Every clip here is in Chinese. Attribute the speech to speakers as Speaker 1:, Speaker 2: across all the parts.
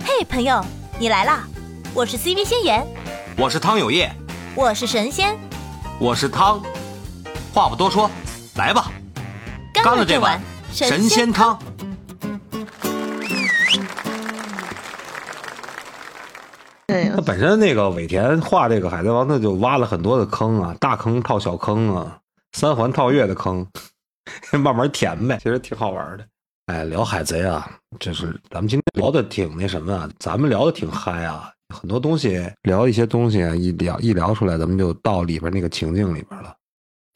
Speaker 1: 嘿，朋友，你来啦！我是 CV 仙言，
Speaker 2: 我是汤有业，
Speaker 1: 我是神仙，
Speaker 2: 我是汤。话不多说，来吧，
Speaker 1: 干
Speaker 2: 了这
Speaker 1: 碗
Speaker 2: 神仙汤。
Speaker 3: 对，
Speaker 4: 那本身那个尾田画这个《海贼王》，他就挖了很多的坑啊，大坑套小坑啊，三环套月的坑， 慢慢填呗，其实挺好玩的。哎，聊海贼啊，这是咱们今天聊的挺那什么啊，咱们聊的挺嗨啊，很多东西聊一些东西啊，一聊一聊出来，咱们就到里边那个情境里边了。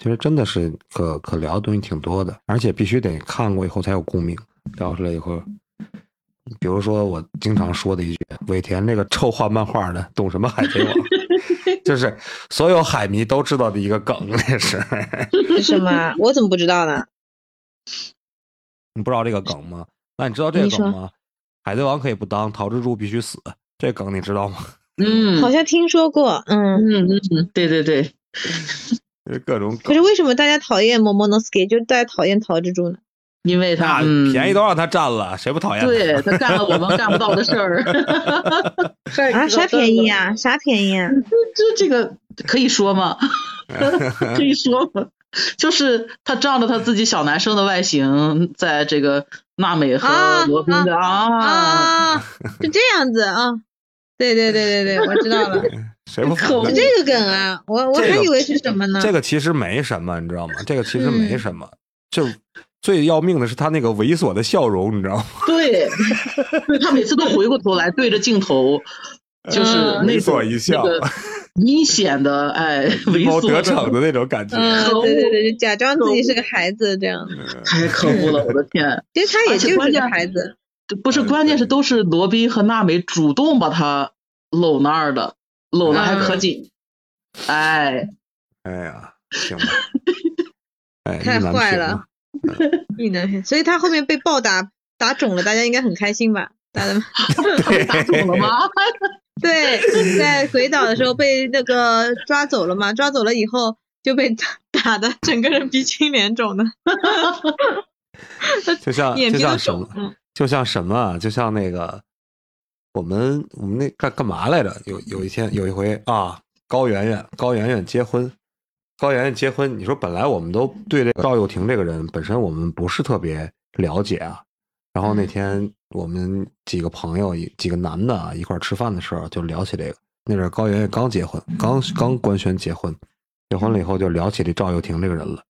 Speaker 4: 其实真的是可可聊的东西挺多的，而且必须得看过以后才有共鸣。聊出来以后，比如说我经常说的一句，尾田这个臭画漫画的，懂什么海贼王？ 就是所有海迷都知道的一个梗，这是。
Speaker 3: 是什么？我怎么不知道呢？
Speaker 4: 你不知道这个梗吗？那你知道这个梗吗？海贼王可以不当，桃之助必须死，这梗你知道吗？
Speaker 5: 嗯
Speaker 3: 好像听说过，嗯。
Speaker 5: 嗯嗯嗯，对对对，
Speaker 4: 各种
Speaker 3: 可
Speaker 4: 梗
Speaker 3: 是，为什么大家讨厌《Momonosuke》，就是大家讨厌桃之助呢？
Speaker 5: 因为
Speaker 4: 那
Speaker 5: 他嗯
Speaker 4: 便宜都让他占了，谁不讨厌？
Speaker 5: 对他干了我们干不到的事 儿，
Speaker 3: 啊，
Speaker 5: 啊
Speaker 3: 啥便宜？啊？啥便宜啊？
Speaker 5: 这这个可以 说吗？可以说吗？就是他仗着他自己小男生的外形，在这个娜美和
Speaker 3: 啊
Speaker 5: 罗宾的啊，
Speaker 3: 啊，是这样子啊。对对对 对对，我知道了，
Speaker 4: 谁不
Speaker 5: 可
Speaker 4: 讨
Speaker 5: 恶
Speaker 4: 厌？
Speaker 3: 这个梗啊，我我还
Speaker 4: 这个
Speaker 3: 以为是什么呢？嗯
Speaker 4: 这个其实没什么，你知道吗？这个其实没什么，就最要命的是他那个猥琐的笑容，你知道吗？
Speaker 5: 对，对他每次都回过头来对着镜头，就是
Speaker 3: 嗯
Speaker 5: 那
Speaker 4: 猥
Speaker 5: 种
Speaker 4: 琐一笑
Speaker 5: 那个阴险的哎，
Speaker 4: 一
Speaker 5: 猥
Speaker 4: 谋
Speaker 5: 琐
Speaker 4: 得逞的那种感觉。
Speaker 3: 嗯，对对对，就假装自己是个孩子这样。
Speaker 4: 嗯
Speaker 5: 太可恶了，我的天！
Speaker 3: 其实他也
Speaker 5: 而且
Speaker 3: 就是
Speaker 5: 关
Speaker 3: 个
Speaker 5: 键
Speaker 3: 孩子，
Speaker 5: 不是，
Speaker 4: 嗯
Speaker 5: 关键是都是罗宾和娜美主动把他搂那儿的，搂的还
Speaker 3: 嗯
Speaker 5: 可紧。 哎，
Speaker 4: 哎呀，行吧，哎，
Speaker 3: 太
Speaker 4: 意难
Speaker 3: 坏
Speaker 4: 平
Speaker 3: 了
Speaker 4: 啊。
Speaker 3: 异能黑，所以他后面被暴打打肿了，大家应该很开心吧？大家
Speaker 5: 打肿了吗？
Speaker 3: 对，在鬼岛的时候被那个抓走了嘛，抓走了以后就被打 打的整个人鼻青脸肿的，
Speaker 4: 就像
Speaker 3: 眼
Speaker 4: 啊就
Speaker 3: 皮都
Speaker 4: 像什
Speaker 3: 肿了
Speaker 4: 么，，
Speaker 3: 嗯
Speaker 4: 就像什么啊，就像那个我们我们那干干嘛来着？有有一天有一回啊，高圆圆高圆圆结婚，高圆圆结婚，你说本来我们都对这个赵又廷这个人本身我们不是特别了解啊，然后那天我们几个朋友一几个男的啊一块儿吃饭的时候就聊起这个，那阵儿高圆圆刚结婚，刚刚官宣结婚，结婚了以后就聊起这赵又廷这个人了。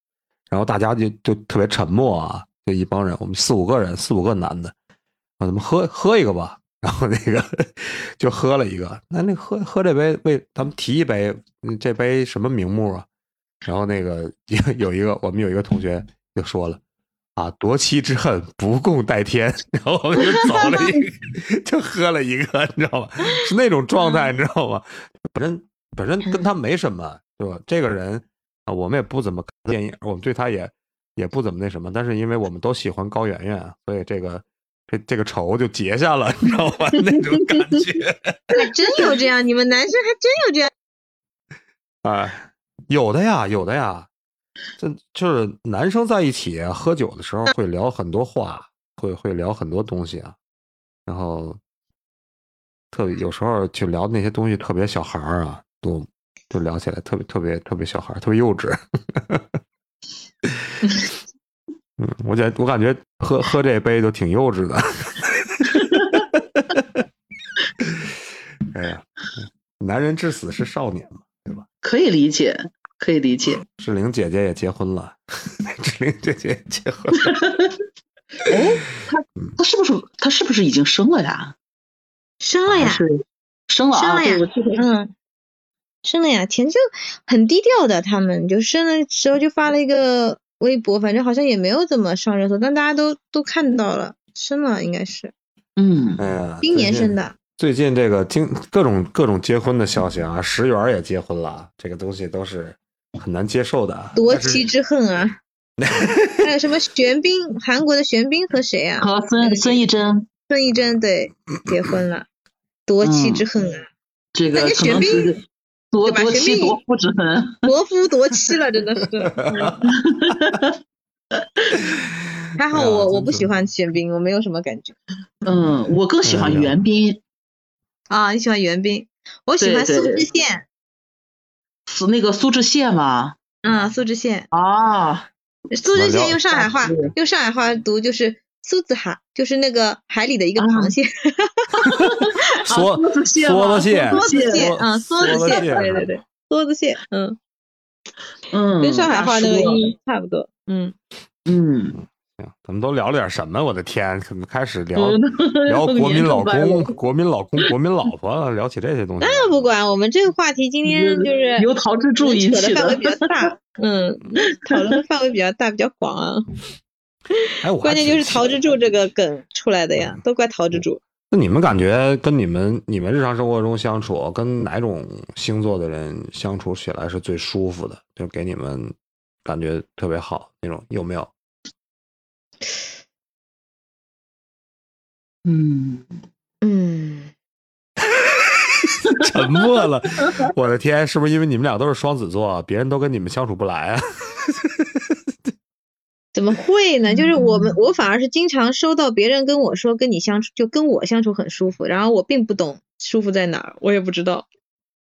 Speaker 4: 然后大家就就特别沉默啊，就一帮人，我们四五个人，四五个男的，啊，咱们喝喝一个吧。 然后那个就喝了一个，那那喝喝这杯为咱们提一杯，嗯这杯什么名目啊？然后那个有有一个我们有一个同学就说了。啊，夺妻之恨不共戴天， 然后我们就走了一个，就喝了一个，你知道吗？是那种状态，你知道吗？本身本身跟他没什么，对吧？这个人啊，我们也不怎么看电影，我们对他也也不怎么那什么，但是因为我们都喜欢高圆圆，所以这个这这个仇就结下了，你知道吗？ 那种感觉，
Speaker 3: 还嗯真有这样，你们男生还 真有这样，
Speaker 4: 哎，有的呀，有的呀，这就是男生在一起啊喝酒的时候会聊很多话，会会聊很多东西啊，然后特别有时候去聊那些东西，特别小孩儿啊，都就聊起来特别特别特别小孩儿，特别幼稚。 嗯，我觉我感觉喝喝这杯都挺幼稚的。 哎呀，男人至死是少年嘛。
Speaker 5: 可以理解，可以理解。
Speaker 4: 志玲姐姐也结婚 了，志玲姐姐也结婚了，
Speaker 5: 哎，他
Speaker 3: 嗯
Speaker 5: 他是不是他是不是已经生了呀？
Speaker 3: 生了呀
Speaker 5: 还，
Speaker 4: 啊
Speaker 5: 是生了
Speaker 3: 生
Speaker 5: 啊？
Speaker 3: 了呀
Speaker 5: 对，我记得
Speaker 3: 嗯，生了呀，前阵很低调的，他们就生的时候就发了一个微博，反正好像也没有怎么上热搜，但大家都都看到了，生了应该是
Speaker 5: 嗯，
Speaker 4: 哎呀，
Speaker 3: 今年生
Speaker 4: 的。
Speaker 3: 的，
Speaker 4: 最近这个经各种各种结婚的消息啊，石原也结婚了，这个东西都是很难接受的。
Speaker 3: 夺
Speaker 4: 但是
Speaker 3: 妻之恨啊！还有什么玄彬，韩国的玄彬和谁啊？
Speaker 5: 和孙孙艺珍
Speaker 3: 孙艺珍对结婚了，夺妻
Speaker 5: 嗯
Speaker 3: 之恨啊！
Speaker 5: 这个
Speaker 3: 那这
Speaker 5: 可能
Speaker 3: 玄彬
Speaker 5: 是夺
Speaker 3: 对吧
Speaker 5: 夺
Speaker 3: 玄
Speaker 5: 妻
Speaker 3: 彬
Speaker 5: 夺夫之分，
Speaker 3: 夺夫夺妻了，真的 是。嗯还好
Speaker 4: 哎呀
Speaker 3: 我
Speaker 4: 真
Speaker 3: 我不
Speaker 4: 是
Speaker 5: 哎
Speaker 3: 喜欢玄彬，我没有什么感觉。
Speaker 5: 嗯，我更喜欢
Speaker 4: 哎呀
Speaker 5: 袁彬，
Speaker 3: 啊，你喜欢袁冰，我喜
Speaker 5: 对
Speaker 3: 欢
Speaker 5: 对
Speaker 3: 苏
Speaker 5: 对
Speaker 3: 志燮，
Speaker 5: 是那个苏志燮嘛？
Speaker 3: 嗯，苏志燮，
Speaker 5: 啊，
Speaker 3: 苏志燮用上海话
Speaker 5: 大志，
Speaker 3: 用上海话读就是苏子海，就是那个海里的一个
Speaker 5: 啊
Speaker 3: 螃蟹， 啊
Speaker 4: 梭
Speaker 5: 梭子蟹
Speaker 4: 梭
Speaker 5: 嘛
Speaker 4: 子蟹
Speaker 5: 梭
Speaker 3: 梭子蟹，
Speaker 4: 梭
Speaker 3: 嗯，梭
Speaker 4: 梭
Speaker 3: 子
Speaker 4: 子
Speaker 3: 蟹，
Speaker 4: 蟹
Speaker 3: 对对对，梭子蟹，嗯，
Speaker 5: 啊嗯，
Speaker 3: 跟上海话那
Speaker 5: 大
Speaker 3: 个
Speaker 5: 叔啊
Speaker 3: 音差不多，嗯，
Speaker 5: 嗯，
Speaker 4: 行哎咱们都聊了点什么？我的天，怎么开 始聊
Speaker 5: 嗯
Speaker 4: 聊国民老
Speaker 5: 严重
Speaker 4: 公、国民老公、国民老婆了？聊起这些东 西，
Speaker 3: 那哎不管，我们这个话题今天就是
Speaker 5: 由陶之助
Speaker 3: 能
Speaker 5: 引
Speaker 3: 扯
Speaker 5: 起
Speaker 3: 的范围
Speaker 5: 的
Speaker 3: 比，较 大，嗯，讨论的范围比较大，比较广啊，
Speaker 4: 哎，我还
Speaker 3: 关键
Speaker 4: 挺
Speaker 3: 就是
Speaker 4: 奇
Speaker 3: 陶之助这个梗出来的呀，都怪陶之助。
Speaker 4: 那你们感觉跟你们你们日常生活中相处，跟哪种星座的人相处起来是最舒服的？就给你们感觉特别好那种，有 没有？
Speaker 5: 嗯，
Speaker 3: 嗯，
Speaker 4: 沉默了，我的天，是不是因为你们俩都是双子座，啊别人都跟你们相处不来啊？
Speaker 3: 怎么会呢？就是我们，我反而是经常收到别人跟我说，跟你相处就跟我相处很舒服，然后我并不懂舒服在哪儿，我也不知道。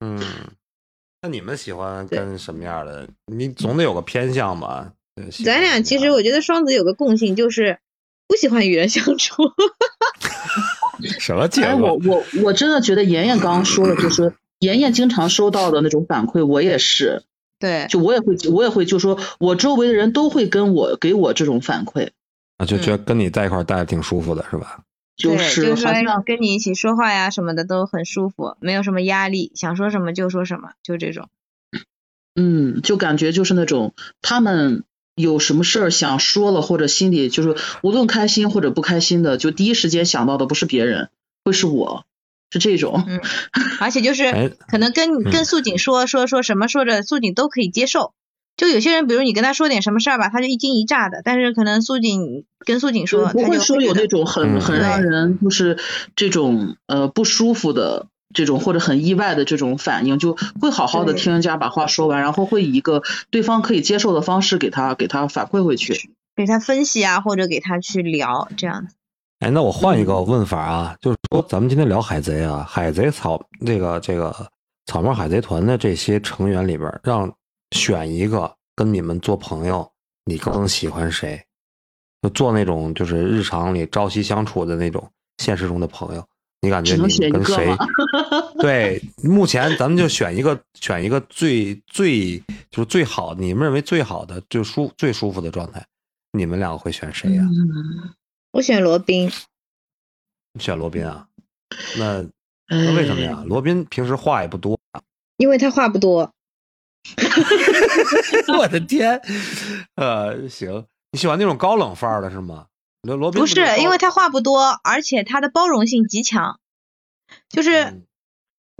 Speaker 4: 嗯，那你们喜欢跟什么样的？你总得有个偏向吧？呃喜欢
Speaker 3: 咱俩其
Speaker 4: 什么
Speaker 3: 实
Speaker 4: 样
Speaker 3: 我觉得双子有个共性，就是不喜欢与人相处。
Speaker 4: 什么结
Speaker 5: 哎，我
Speaker 4: 果？
Speaker 5: 我我真的觉得妍妍刚刚说的，就是妍妍经常收到的那种反馈，我也是，
Speaker 3: 对，
Speaker 5: 就我也会，我也会，就说我周围的人都会跟我给我这种反馈，
Speaker 4: 啊就
Speaker 3: 嗯
Speaker 4: 觉得跟你在一块儿待着挺舒服的，是吧？
Speaker 5: 就
Speaker 3: 对
Speaker 5: 是
Speaker 3: 就是
Speaker 5: 好
Speaker 3: 说
Speaker 5: 像
Speaker 3: 跟你一起说话呀什么的都很舒服，没有什么压力，想说什么就说什么，就这种。
Speaker 5: 嗯，就感觉就是那种他们有什么事儿想说了，或者心里就是无论开心或者不开心的，就第一时间想到的不是别人，会是我，是这种。
Speaker 3: 嗯而且就是
Speaker 4: 哎
Speaker 3: 可能跟
Speaker 4: 嗯
Speaker 3: 跟素锦说说说什么说着，素锦都可以接受。就有些人，比如你跟他说点什么事儿吧，他就一惊一乍的，但是可能素锦跟素锦
Speaker 5: 就是
Speaker 3: 说，
Speaker 5: 不
Speaker 3: 他
Speaker 5: 会
Speaker 3: 就
Speaker 5: 说
Speaker 3: 觉
Speaker 5: 有
Speaker 3: 得
Speaker 5: 那种很
Speaker 4: 嗯
Speaker 5: 很让人就是这种呃不舒服的这种或者很意外的这种反应，就会好好的
Speaker 3: 对
Speaker 5: 听人家把话说完，然后会以一个对方可以接受的方式给他给他反馈回去。
Speaker 3: 给他分析啊，或者给他去聊这样子。
Speaker 4: 哎，那我换一个
Speaker 5: 嗯
Speaker 4: 问法啊，就是说咱们今天聊海贼啊，海贼草这个这个草帽海贼团的这些成员里边儿，让选一个跟你们做朋友，你更喜欢谁？就做那种就是日常里朝夕相处的那种现实中的朋友，你感觉
Speaker 5: 只
Speaker 4: 你
Speaker 5: 能
Speaker 4: 们
Speaker 5: 选一
Speaker 4: 跟
Speaker 5: 个
Speaker 4: 谁
Speaker 5: 吗？
Speaker 4: 对，目前咱们就选一个，选一个最最就是最好，你们认为最好的、最舒最舒服的状态，你们两个会选谁呀、
Speaker 3: 我选罗宾，
Speaker 4: 选罗宾啊？那
Speaker 5: 嗯
Speaker 4: 那为什么？呀？罗宾平时话也不 多。
Speaker 3: 因为他话不多。
Speaker 4: 我的天，呃，行，你喜欢那种高冷范儿的是吗？罗罗宾
Speaker 3: 不是
Speaker 4: 高，
Speaker 3: 因为他话不多，而且他的包容性极强。就是
Speaker 4: 嗯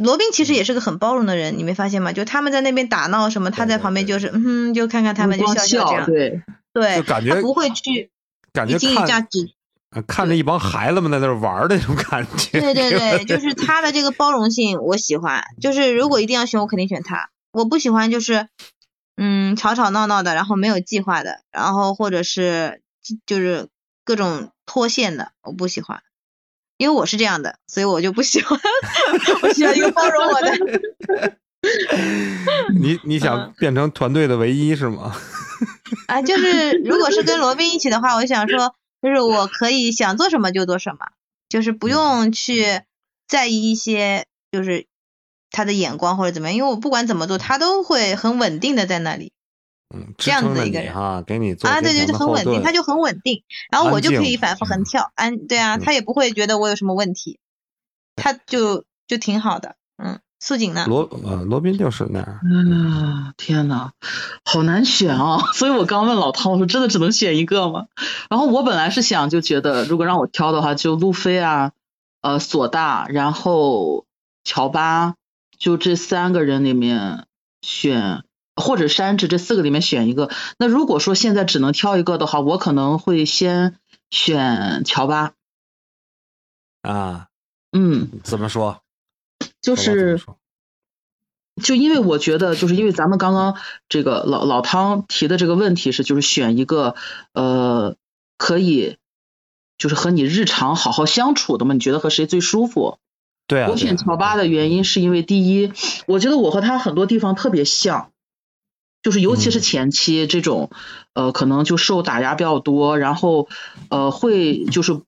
Speaker 3: 罗宾其实也是个很包容的人，你没发现吗？就他们在那边打闹什么，他
Speaker 4: 对
Speaker 3: 在
Speaker 4: 对
Speaker 3: 旁边
Speaker 4: 对
Speaker 3: 就是嗯，就看看他们就
Speaker 5: 嗯光
Speaker 3: 笑笑这样。
Speaker 5: 对，
Speaker 3: 对，
Speaker 4: 就感觉
Speaker 3: 他不会去
Speaker 4: 感
Speaker 3: 一
Speaker 4: 觉
Speaker 3: 惊一乍
Speaker 4: 看
Speaker 3: 指
Speaker 4: 呃看着一帮孩子们在那儿玩儿的那种感觉。
Speaker 3: 对对对，
Speaker 4: 挺
Speaker 3: 就是他的这个包容性，我喜欢。就是如果一定要选，我肯定选他。我不喜欢就是，嗯，吵吵闹闹的，然后没有计划的，然后或者是就是各种脱线的，我不喜欢。因为我是这样的，所以我就不喜欢。 我喜欢一个包容我的。
Speaker 4: 你你
Speaker 3: 嗯
Speaker 4: 想变成团队的唯一是吗？
Speaker 3: 啊，就是如果是跟罗宾一起的话，我想说，就是我可以想做什么就做什么，就是不用去在意一些就是他的眼光或者怎么样，因为我不管怎么做，他都会很稳定的在那里
Speaker 4: 嗯，支
Speaker 3: 这样
Speaker 4: 撑
Speaker 3: 子
Speaker 4: 着
Speaker 3: 一个
Speaker 4: 你
Speaker 3: 人
Speaker 4: 哈，给你做
Speaker 3: 啊，对
Speaker 4: 坚强
Speaker 3: 对，就
Speaker 4: 的
Speaker 3: 很
Speaker 4: 后
Speaker 3: 稳定，
Speaker 4: 盾
Speaker 3: 他就很稳定，然后我就可以反复
Speaker 4: 安
Speaker 3: 横
Speaker 4: 静
Speaker 3: 跳，安，对啊，
Speaker 4: 嗯
Speaker 3: 他也不会觉得我有什么问题，他就就挺好的，嗯，素锦呢？
Speaker 4: 罗呃罗宾就是那样，
Speaker 5: 嗯，天呐，好难选啊！ 所以我刚问老汤，我说真的只能选一个吗？然后我本来是想就觉得，如果让我挑的话，就路飞啊，呃，索大，然后乔巴，就这三个人里面选，或者山治这四个里面选一个。那如果说现在只能挑一个的话，我可能会先选乔巴。
Speaker 4: 啊，
Speaker 5: 嗯，
Speaker 4: 怎么说？
Speaker 5: 就
Speaker 4: 说吧怎么
Speaker 5: 是
Speaker 4: 说
Speaker 5: 就因为我觉得，就是因为咱们刚刚这个老老汤提的这个问题是，就是选一个呃可以就是和你日常好好相处的嘛，你觉得和谁最舒服？
Speaker 4: 对啊，
Speaker 5: 我选乔巴的原因是因为第一，我觉得我和他很多地方特别像，就是尤其是
Speaker 4: 嗯
Speaker 5: 前期这种，呃，可能就受打压比较多，然后呃会就是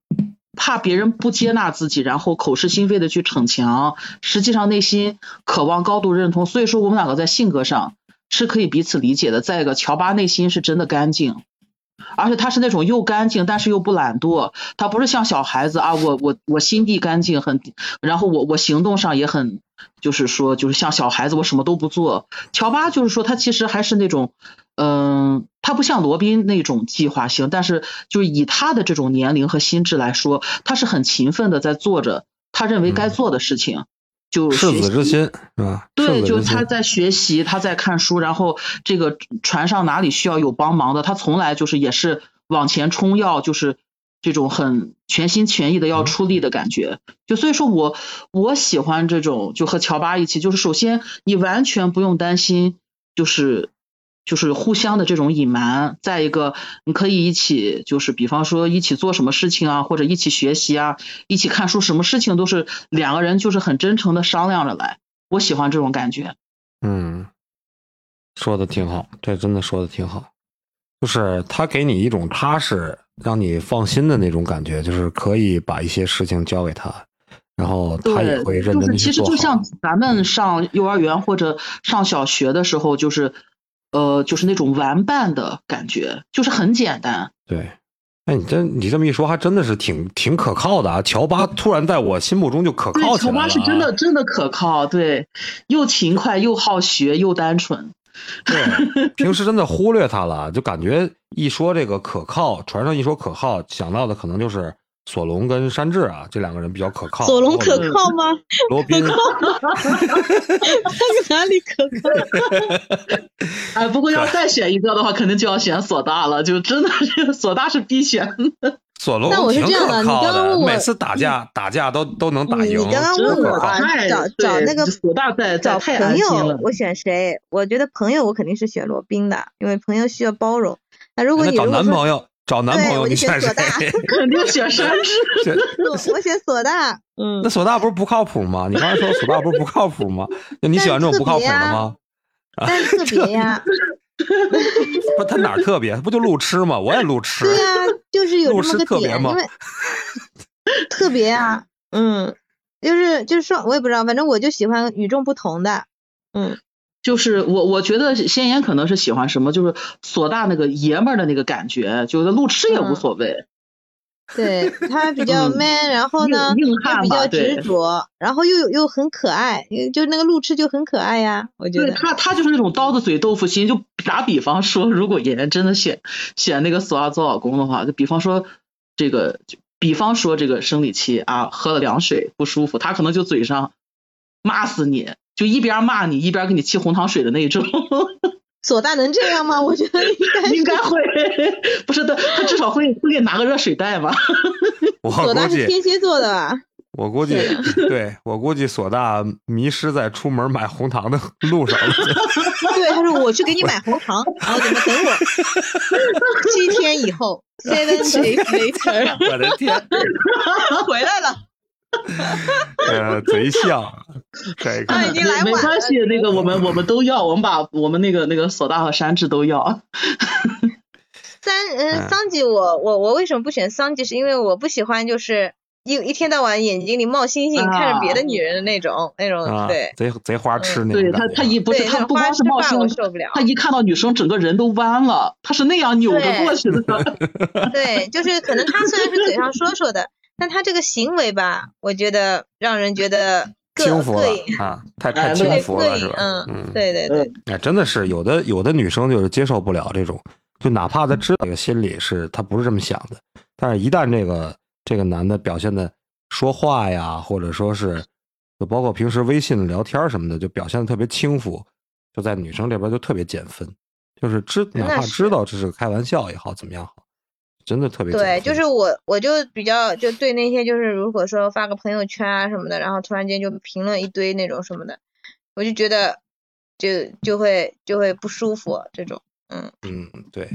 Speaker 5: 怕别人不接纳自己，然后口是心非的去逞强，实际上内心渴望高度认同，所以说我们两个在性格上是可以彼此理解的。再一个，乔巴内心是真的干净，而且他是那种又干净但是又不懒惰，他不是像小孩子啊，我我我心地干净很，然后我我行动上也很，就是说就是像小孩子我什么都不做。乔巴就是说他其实还是那种，嗯，他不像罗宾那种计划型，但是就是以他的这种年龄和心智来说，他是很勤奋的在做着他认为该做的事情。
Speaker 4: 嗯
Speaker 5: 就
Speaker 4: 赤
Speaker 5: 学
Speaker 4: 子
Speaker 5: 习
Speaker 4: 之心是吧？赤
Speaker 5: 对，
Speaker 4: 子
Speaker 5: 就
Speaker 4: 之
Speaker 5: 是他
Speaker 4: 心
Speaker 5: 在学习，他在看书，然后这个船上哪里需要有帮忙的，他从来就是也是往前冲，要就是这种很全心全意的要出力的感觉。就所以说我我喜欢这种，就和乔巴一起，就是首先你完全不用担心，就是。就是互相的这种隐瞒，再一个，你可以一起，就是比方说一起做什么事情啊，或者一起学习啊，一起看书，什么事情都是两个人就是很真诚的商量着来。我喜欢这种感觉。
Speaker 4: 嗯，说的挺好，这真的说的挺好，就是他给你一种踏实，让你放心的那种感觉，就是可以把一些事情交给他，然后他也会认
Speaker 5: 就
Speaker 4: 真地去
Speaker 5: 是其实
Speaker 4: 做好。
Speaker 5: 就像咱们上幼儿园或者上小学的时候，就是呃，就是那种玩伴的感觉，就是很简单。
Speaker 4: 对，哎，你这你这么一说，还真的是挺挺可靠的啊！乔巴突然在我心目中就可
Speaker 5: 对
Speaker 4: 靠，起
Speaker 5: 乔
Speaker 4: 来了、啊。
Speaker 5: 巴是真的真的可靠，对，又勤快又好学又单纯。
Speaker 4: 对，平时真的忽略他了，就感觉一说这个可靠，船上一说可靠，想到的可能就是索隆跟山治啊，这两个人比较可靠。
Speaker 3: 索隆
Speaker 4: 然后
Speaker 3: 可靠吗？
Speaker 4: 罗宾，
Speaker 3: 哪里可靠？
Speaker 5: 哎，不过要再选一个的话，肯定就要选索大了，就真的是索大是必选。
Speaker 4: 索隆
Speaker 3: 但我是
Speaker 4: 挺
Speaker 3: 这样的
Speaker 4: 可
Speaker 3: 你
Speaker 4: 靠
Speaker 3: 刚
Speaker 4: 的，
Speaker 3: 问我
Speaker 4: 每次打架打架都都能打
Speaker 3: 你
Speaker 4: 赢。
Speaker 3: 你刚刚
Speaker 4: 真
Speaker 3: 问
Speaker 4: 可
Speaker 3: 我
Speaker 4: 靠
Speaker 3: 啊
Speaker 5: 太
Speaker 3: 找
Speaker 5: 对
Speaker 3: 找那个
Speaker 5: 索大在在
Speaker 3: 找
Speaker 5: 太安
Speaker 3: 朋
Speaker 5: 心了
Speaker 3: 友，。我选谁？我觉得朋友我肯定是选罗宾的，因为朋友需要包容。那如果
Speaker 4: 哎那
Speaker 3: 你
Speaker 4: 找
Speaker 3: 如果
Speaker 4: 男
Speaker 3: 说
Speaker 4: 朋友，找男
Speaker 3: 对
Speaker 4: 朋友
Speaker 3: 我就
Speaker 4: 你选
Speaker 3: 选
Speaker 4: 谁
Speaker 3: 索？大
Speaker 5: 肯定选山治。
Speaker 4: 选
Speaker 3: 我我选索 大，嗯
Speaker 4: 那，索大不是不靠谱吗？你刚才说索大不是不靠谱吗？那你喜欢这种不靠谱的
Speaker 3: 啊
Speaker 4: 吗？
Speaker 3: 但特别 呀，
Speaker 4: 不是他哪儿特别？他不就路痴吗？我也路痴。
Speaker 3: 对呀，就是有
Speaker 4: 路
Speaker 3: 这
Speaker 4: 痴
Speaker 3: 么
Speaker 4: 特
Speaker 3: 个
Speaker 4: 别
Speaker 3: 点，
Speaker 4: 吗
Speaker 3: 因为 特别 啊，嗯，就是就是说，我也不知道，反正我就喜欢与众不同的，嗯，
Speaker 5: 就是我，我觉得仙言可能是喜欢什么，就是索大那个爷们儿的那个感觉，就是路痴
Speaker 3: 嗯
Speaker 5: 也无所谓。
Speaker 3: 对他比较
Speaker 5: 嗯
Speaker 3: man，然后呢
Speaker 5: 硬硬
Speaker 3: 又
Speaker 5: 汉
Speaker 3: 比
Speaker 5: 吧
Speaker 3: 较
Speaker 5: 对
Speaker 3: 执着，然后又又很可爱，就那个路痴就很可爱呀，我觉
Speaker 5: 对
Speaker 3: 得。
Speaker 5: 他，他就是那种刀子嘴豆腐心。就打比方说，如果妍妍真的选选那个索大做老公的话，就比方说这个，就比方说这个生理期啊，喝了凉水不舒服，他可能就嘴上骂死你，就一边骂你一边给你沏红糖水的那种。
Speaker 3: 索大能这样吗？我觉得应该
Speaker 5: 应该会， 不是的，他至少会会给你拿个热水袋吧。
Speaker 4: 我
Speaker 3: 索
Speaker 4: 估
Speaker 3: 大是
Speaker 4: 计
Speaker 3: 天蝎座的吧？
Speaker 4: 我估计，对我估计索大迷失在出门买红糖的路上 了。
Speaker 3: 对，他说我去给你买红糖，然后你们等我七天以 后，seven days later
Speaker 4: 我的天，
Speaker 3: 回来了。
Speaker 4: 呃，贼像，这
Speaker 3: 他已
Speaker 4: 个
Speaker 3: 经来晚
Speaker 5: 没
Speaker 3: 了
Speaker 5: 关系，那个我们我们都要，我们把我们那个那个索大和山治都要。
Speaker 3: 三呃，
Speaker 4: 嗯
Speaker 3: 桑吉我我我为什么不选桑吉？是因为我不喜欢就是一一天到晚眼睛里冒星星，看着别的女人的那种那种
Speaker 4: 啊，
Speaker 3: 对。嗯
Speaker 4: 贼贼花痴那
Speaker 5: 对
Speaker 4: 种
Speaker 5: 他
Speaker 4: 感觉。
Speaker 5: 他一不是
Speaker 3: 对，
Speaker 5: 他
Speaker 3: 那
Speaker 5: 不
Speaker 3: 种花
Speaker 5: 光是
Speaker 3: 痴
Speaker 5: 冒
Speaker 3: 范我
Speaker 5: 充，
Speaker 3: 受不了。
Speaker 5: 他一看到女生整个人都弯了，他是那样扭着过去的。
Speaker 3: 对，就是可能他虽然是嘴上说说的，但他这个行为吧，我觉得让人觉得膈
Speaker 4: 轻浮了
Speaker 3: 膈应。
Speaker 4: 啊，太太
Speaker 5: 哎
Speaker 4: 轻
Speaker 3: 对，
Speaker 4: 浮
Speaker 3: 膈
Speaker 4: 了
Speaker 3: 应
Speaker 4: 是，吧？
Speaker 3: 嗯，，对对对，
Speaker 4: 哎，真的是有的有的女生就是接受不了这种，就哪怕她知道这个心里是她不是这么想的，但是一旦这个这个男的表现的说话呀，或者说是就包括平时微信聊天什么的，就表现的特别轻浮，就在女生这边就特别减分，就是知
Speaker 3: 那
Speaker 4: 哪怕
Speaker 3: 是
Speaker 4: 知道这是个开玩笑也好，怎么样好，真的特别减
Speaker 3: 对，
Speaker 4: 分
Speaker 3: 就是我我就比较就对那些就是如果说发个朋友圈啊什么的，然后突然间就评论一堆那种什么的，我就觉得就就会就会不舒服这种，嗯，
Speaker 4: 嗯，对，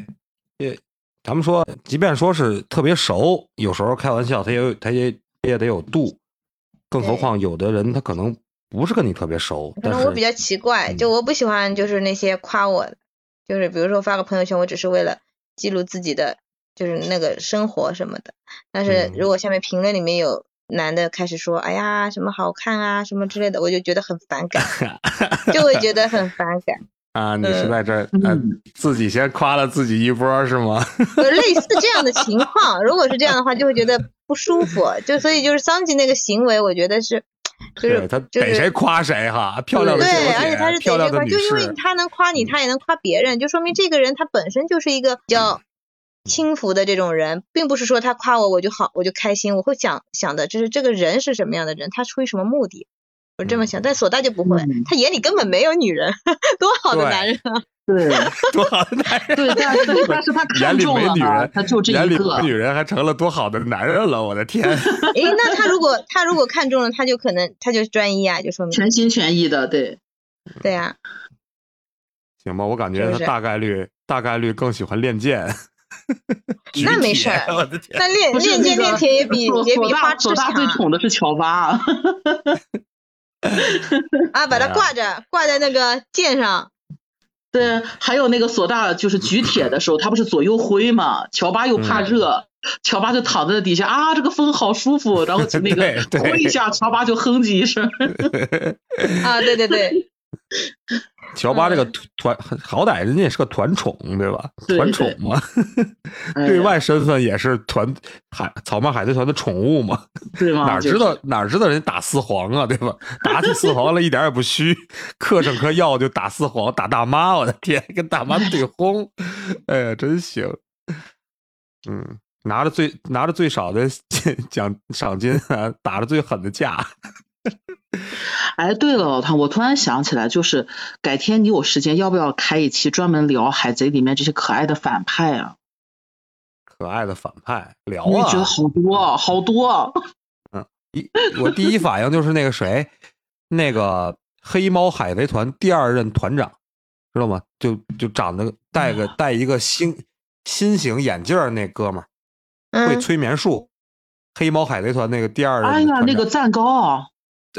Speaker 4: 也咱们说，即便说是特别熟，有时候开玩笑，他也有他也也得有度。更何
Speaker 3: 对
Speaker 4: 况有的人他可能不是跟你特别熟，
Speaker 3: 可
Speaker 4: 但
Speaker 3: 能
Speaker 4: 是嗯
Speaker 3: 我比较奇怪，就我不喜欢就是那些夸我的，就是比如说发个朋友圈，我只是为了记录自己的就是那个生活什么的。但是
Speaker 4: 嗯
Speaker 3: 如果下面评论里面有男的开始说“哎呀，什么好看啊，什么之类的”，我就觉得很 反感，就会觉得很反感，
Speaker 4: 啊，你是
Speaker 3: 嗯
Speaker 4: 在这儿、呃
Speaker 5: 嗯
Speaker 4: 自己先夸了自己一波是吗？
Speaker 3: 就类似这样的情况。如果是这样的话，就会觉得不舒服。就所以就是桑吉那个行为，我觉得是就是
Speaker 4: 他
Speaker 3: 就
Speaker 4: 逮
Speaker 3: 是
Speaker 4: 谁夸谁哈，漂亮的
Speaker 3: 对
Speaker 4: 小，
Speaker 3: 而且他是
Speaker 4: 姐，漂
Speaker 3: 贼这
Speaker 4: 亮的
Speaker 3: 块，
Speaker 4: 女
Speaker 3: 就因为
Speaker 4: 士，嗯
Speaker 3: 他能夸你，他也能夸别人，就说明这个人他本身就是一个比较轻浮的这种人，并不是说他夸我我就好我就开心，我会想想的就是这个人是什么样的人，他出于什么目的，我这么想。但索大就不会
Speaker 5: 嗯，
Speaker 3: 他眼里根本没有女人，多好的
Speaker 4: 对
Speaker 3: 男人 啊！
Speaker 5: 对
Speaker 4: 多好的男 人，
Speaker 5: 对，但但但是他看
Speaker 4: 眼里
Speaker 5: 中
Speaker 4: 没
Speaker 5: 了
Speaker 4: 女
Speaker 5: 嘛
Speaker 4: 人，
Speaker 5: 他就这
Speaker 4: 眼
Speaker 5: 一
Speaker 4: 里没
Speaker 5: 个
Speaker 4: 女，人还成了多好的男人了，我的 天！
Speaker 3: 诶，那他如果他如果看中了，他就可能他就专一啊，就说明
Speaker 5: 全心全意的，对，
Speaker 3: 对啊，
Speaker 4: 行吧，我感
Speaker 3: 是
Speaker 4: 觉
Speaker 3: 不
Speaker 4: 他
Speaker 3: 是
Speaker 4: 大概率大概率更喜欢练剑，举
Speaker 3: 那没
Speaker 4: 铁
Speaker 3: 事儿
Speaker 4: 我的天，
Speaker 3: 那练
Speaker 5: 不是
Speaker 3: 练
Speaker 5: 那
Speaker 3: 剑
Speaker 5: 个
Speaker 3: 练铁也比
Speaker 5: 索
Speaker 3: 也
Speaker 5: 索
Speaker 3: 比花
Speaker 5: 大
Speaker 3: 痴啊
Speaker 5: 索大最
Speaker 3: 强
Speaker 5: 宠的是乔巴，
Speaker 3: 啊！把
Speaker 4: 哎
Speaker 3: 它
Speaker 4: 呀
Speaker 3: 挂着挂在那个剑上，
Speaker 5: 对，
Speaker 4: 嗯
Speaker 5: 还有那个索大就是举铁的时候，他不是左右挥嘛，乔巴又
Speaker 4: 嗯
Speaker 5: 怕热，乔巴就躺在底下啊，这个风好舒服，然后就那个
Speaker 4: 对对
Speaker 5: 挥一下，乔巴就哼唧一声，
Speaker 3: 啊，对对对，
Speaker 4: 乔巴这个团，好歹人家也是个团宠，对吧？
Speaker 5: 嗯对
Speaker 4: 团宠嘛，
Speaker 5: 哎呀
Speaker 4: 对外身份也是团海草帽海贼团的宠物嘛，
Speaker 5: 对吗？
Speaker 4: 哪
Speaker 5: 啊就
Speaker 4: 知道哪知道人家打四皇啊，对吧？ 打起四皇来一点也不虚，嗑上颗药就打四皇，打大妈，我的天，跟大妈对轰，哎呀，真行，嗯。拿着最拿着最少的奖赏金啊，打着最狠的架，
Speaker 5: 哎，对了，老唐，我突然想起来，就是改天你有时间，要不要开一期专门聊《海贼》里面这些可爱的反派啊？
Speaker 4: 可爱的反派聊
Speaker 5: 我也
Speaker 4: 啊！
Speaker 5: 觉得好多啊好多啊，
Speaker 4: 一我第一反应就是那个谁，那个黑猫海贼团第二任团长，知道吗？就就长得戴
Speaker 5: 啊
Speaker 4: 个戴一个新新型眼镜儿那哥们儿会
Speaker 3: 嗯，
Speaker 4: 催眠术，黑猫海贼团那个第二任
Speaker 5: 哎
Speaker 4: 团长。
Speaker 5: 呀，那个赞高啊，